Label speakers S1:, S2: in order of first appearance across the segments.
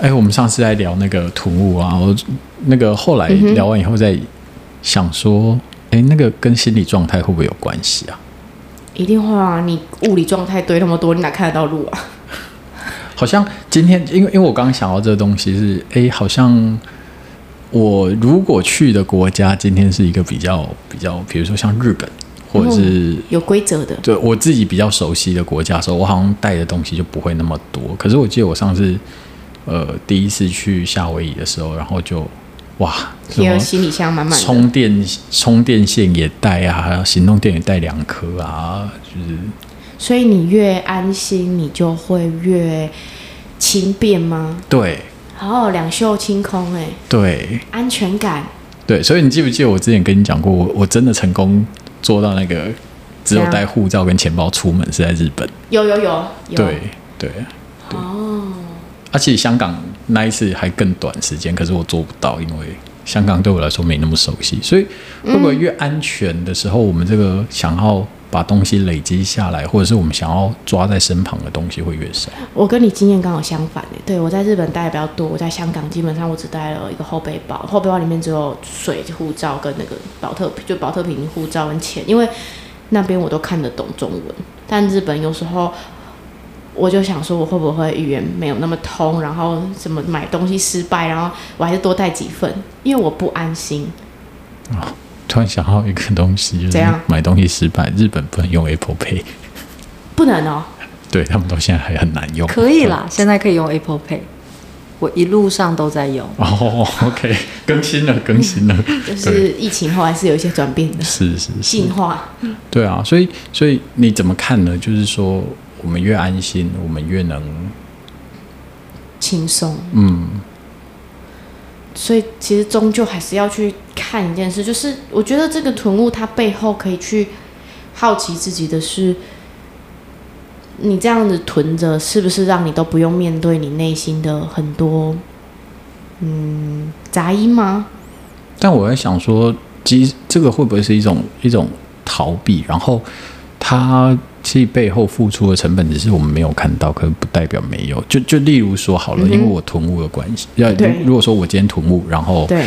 S1: 哎，我们上次在聊那个土木啊，我那个后来
S2: 嗯
S1: 聊完以后再想说，哎、那个跟心理状态会不会有关系啊？
S2: 一定会啊！你物理状态堆那么多，你哪看得到路啊？
S1: 好像今天，因为因为我刚刚想到这个东西是，哎、好像我如果去的国家今天是一个比较比较，比如说像日本，或者是、
S2: 有规则的，
S1: 对我自己比较熟悉的国家的时候，我好像带的东西就不会那么多。可是我记得我上次，呃，第一次去夏威夷的时候，然后就哇，什
S2: 也有
S1: 么
S2: 行李箱满满的。
S1: 充电充电线也带啊，还有行动电源带两颗啊，就是
S2: 所以你越安心，你就会越轻便吗？
S1: 对
S2: 哦，两袖清空、哎，
S1: 对
S2: 安全感。
S1: 对，所以你记不记得我之前跟你讲过，我我真的成功做到那个只有
S2: 怎样
S1: 带护照跟钱包出门是在日本，
S2: 有有有有。
S1: 对。对，
S2: 哦，
S1: 而且香港那一次还更短时间，可是我做不到，因为香港对我来说没那么熟悉，所以会不会越安全的时候，我们这个想要把东西累积下来，或者是我们想要抓在身旁的东西会越少？
S2: 我跟你经验刚好相反哎，对我在日本带的比较多，我在香港基本上我只带了一个后背包，后背包里面只有水、护照跟那个保特瓶，就保特瓶、护照跟钱，因为那边我都看得懂中文，但日本有时候我就想说，我会不会语言没有那么通，然后什么买东西失败，然后我还是多带几份，因为我不安心。
S1: 突然想到一个东西，就
S2: 怎
S1: 是
S2: 样
S1: 买东西失败，日本不能用 Apple Pay，
S2: 不能哦，
S1: 对他们到现在还很难用。
S3: 可以啦，现在可以用 Apple Pay，我一路上都在用。
S1: 对。哦、o k 更新了，更新 了，
S2: 就
S1: 对嗯
S2: 是疫情后还是有一些转变的，
S1: 是是是，
S2: 进化。
S1: 对啊，所以所以你怎么看呢？就是说，我们越安心，我们越能，
S2: 轻松，
S1: 嗯，
S2: 所以其实终究还是要去看一件事，就是我觉得这个囤物它背后可以去好奇自己的是，你这样子囤着是不是让你都不用面对你内心的很多嗯杂音吗？
S1: 但我在想说，其实这个会不会是一种一种逃避？然后它其实背后付出的成本，只是我们没有看到，可是不代表没有。就就例如说好了，
S2: 嗯哼
S1: 因为我囤物的关系，要
S2: 对
S1: 如果说我今天囤物，然后
S2: 对，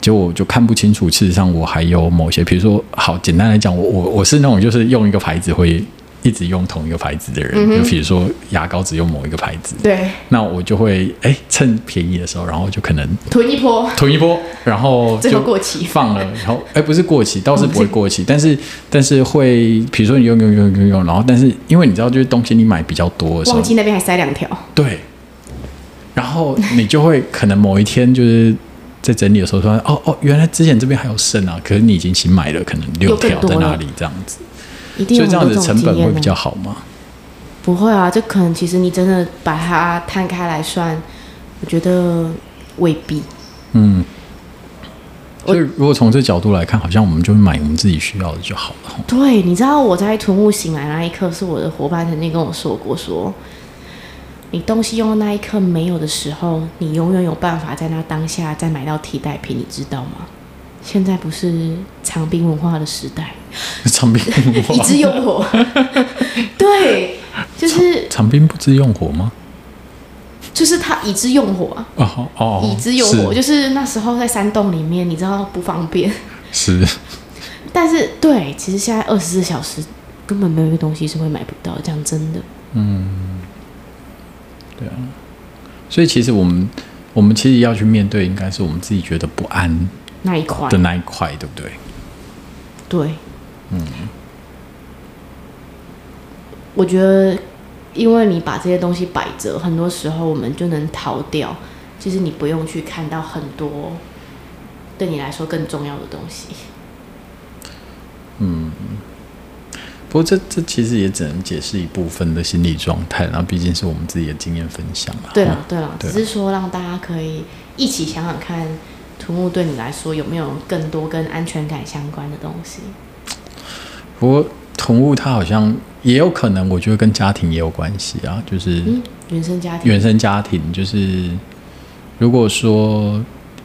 S1: 结果我就看不清楚。事实上，我还有某些，比如说，好简单来讲，我我我是那种就是用一个牌子会一直用同一个牌子的人，
S2: 嗯哼
S1: 就比如说牙膏只用某一个牌子，
S2: 对，
S1: 那我就会哎趁便宜的时候，然后就可能
S2: 囤一波，
S1: 囤一波，然后
S2: 最后
S1: 就
S2: 过期嗯
S1: 放了，然后哎不是过期，倒是不会过期，但是但是会比如说你用用用用用，然后但是因为你知道就是东西你买比较多的时候
S2: 忘，记那边还塞两条，
S1: 对，然后你就会可能某一天就是在整理的时候说，哦哦，原来之前这边还有剩啊，可是你已经新买了，可能六
S2: 又更
S1: 条在
S2: 多
S1: 那
S2: 了
S1: 里这样子，
S2: 一定
S1: 所
S2: 有
S1: 以这
S2: 很多
S1: 样子
S2: 种
S1: 成本
S2: 经验
S1: 会
S2: 呢
S1: 比较好吗？
S2: 不会啊，这可能其实你真的把它摊开来算，我觉得未必。
S1: 嗯。
S2: 啊
S1: 所以，如果从这角度来看，好像我们就买我们自己需要的就好了。
S2: 对，你知道我在囤物醒来那一刻，是我的伙伴曾经跟我说过说你东西用的那一刻没有的时候，你永远有办法在那当下再买到替代品，你知道吗？现在不是长兵文化的时代，
S1: 长兵不
S2: 以之用火。对，就是
S1: 长兵不知用火吗？
S2: 就是他以之用火啊，
S1: 哦哦，
S2: 以之用火，
S1: 是
S2: 就是那时候在山洞里面，你知道不方便，
S1: 是
S2: 但是对，其实现在二十四小时根本没有一个东西是会买不到，讲真的。
S1: 所以其实我们我们其实要去面对，应该是我们自己觉得不安
S2: 那一块
S1: 的那一块，对不对？
S2: 对，嗯，我觉得，因为你把这些东西摆着，很多时候我们就能逃掉。其实你不用去看到很多对你来说更重要的东西。
S1: 不过这这其实也只能解释一部分的心理状态，然后毕竟是我们自己的经验分享啊。
S2: 对了，对了，
S1: 对
S2: 只
S1: 啊
S2: 是说让大家可以一起想想看，土木对你来说有没有更多跟安全感相关的东西？
S1: 不过同物它好像也有可能，我觉得跟家庭也有关系啊，就是
S2: 嗯，原生家庭
S1: 原生家庭，就是如果说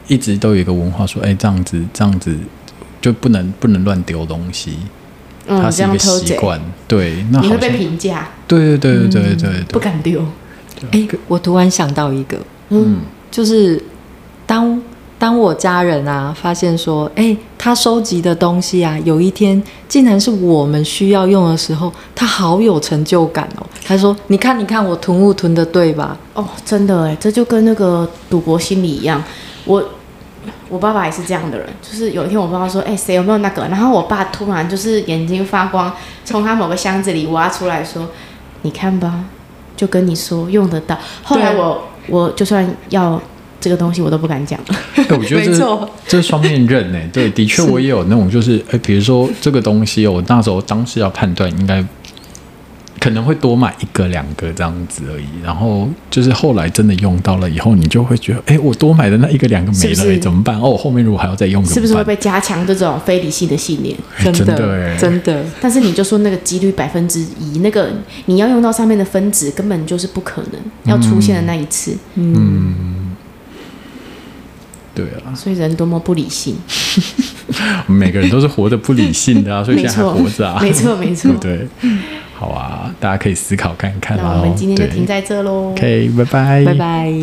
S1: 一直都有一个文化说，哎，这样子这样子就不能不能乱丢东西，它
S2: 嗯，
S1: 是
S2: 这
S1: 一
S2: 样
S1: 个
S2: 偷
S1: 习
S2: 贼，
S1: 惯。对，那
S2: 你
S1: 好
S2: 会
S1: 像
S2: 嗯 被评价，
S1: 对对对对对对
S2: 不敢丢。
S3: 啊哎、我突然想到一个，
S2: 嗯
S3: 就是当当我家人啊发现说，哎、他收集的东西啊，有一天竟然是我们需要用的时候，他好有成就感哦。他说：“你看，你看，我囤物囤的对吧？
S2: 哦，真的哎，这就跟那个赌博心理一样。我我爸爸也是这样的人，就是有一天我爸爸说：“哎、谁有没有那个？”然后我爸突然就是眼睛发光，从他某个箱子里挖出来说：“你看吧，就跟你说用得到。”后来我我就算要这个东西，我都不敢讲。
S1: 哎、我觉得这
S3: 没
S1: 是
S3: 错
S1: 这是双面刃呢、欸对，的确我也有那种，就是哎，比如说这个东西哦，我那时候当时要判断，应该可能会多买一个两个这样子而已。然后就是后来真的用到了以后，你就会觉得，哎，我多买的那一个两个没了、
S2: 是不是
S1: 哎怎么办？哦，我后面如果还要再用，
S2: 是
S1: 怎么
S2: 不是会
S1: 办？
S2: 被加强这种非理性的信念？
S1: 哎
S3: 真
S1: 真
S3: 的，欸
S1: 哎，
S3: 真的，
S2: 但是你就说那个几率百分之一，那个你要用到上面的分子根本就是不可能要出现的那一次，
S1: 对啊，
S2: 所以人多么不理性，
S1: 我们每个人都是活得不理性的啊，所以
S2: 没
S1: 现在还
S2: 错
S1: 活着啊，，
S2: 没错，没错
S1: 对不。对？好啊，大家可以思考看看
S2: 那
S1: 啊。
S2: 我们今天就
S1: 对
S2: 停在这喽。
S1: OK，拜拜，
S3: 拜拜。”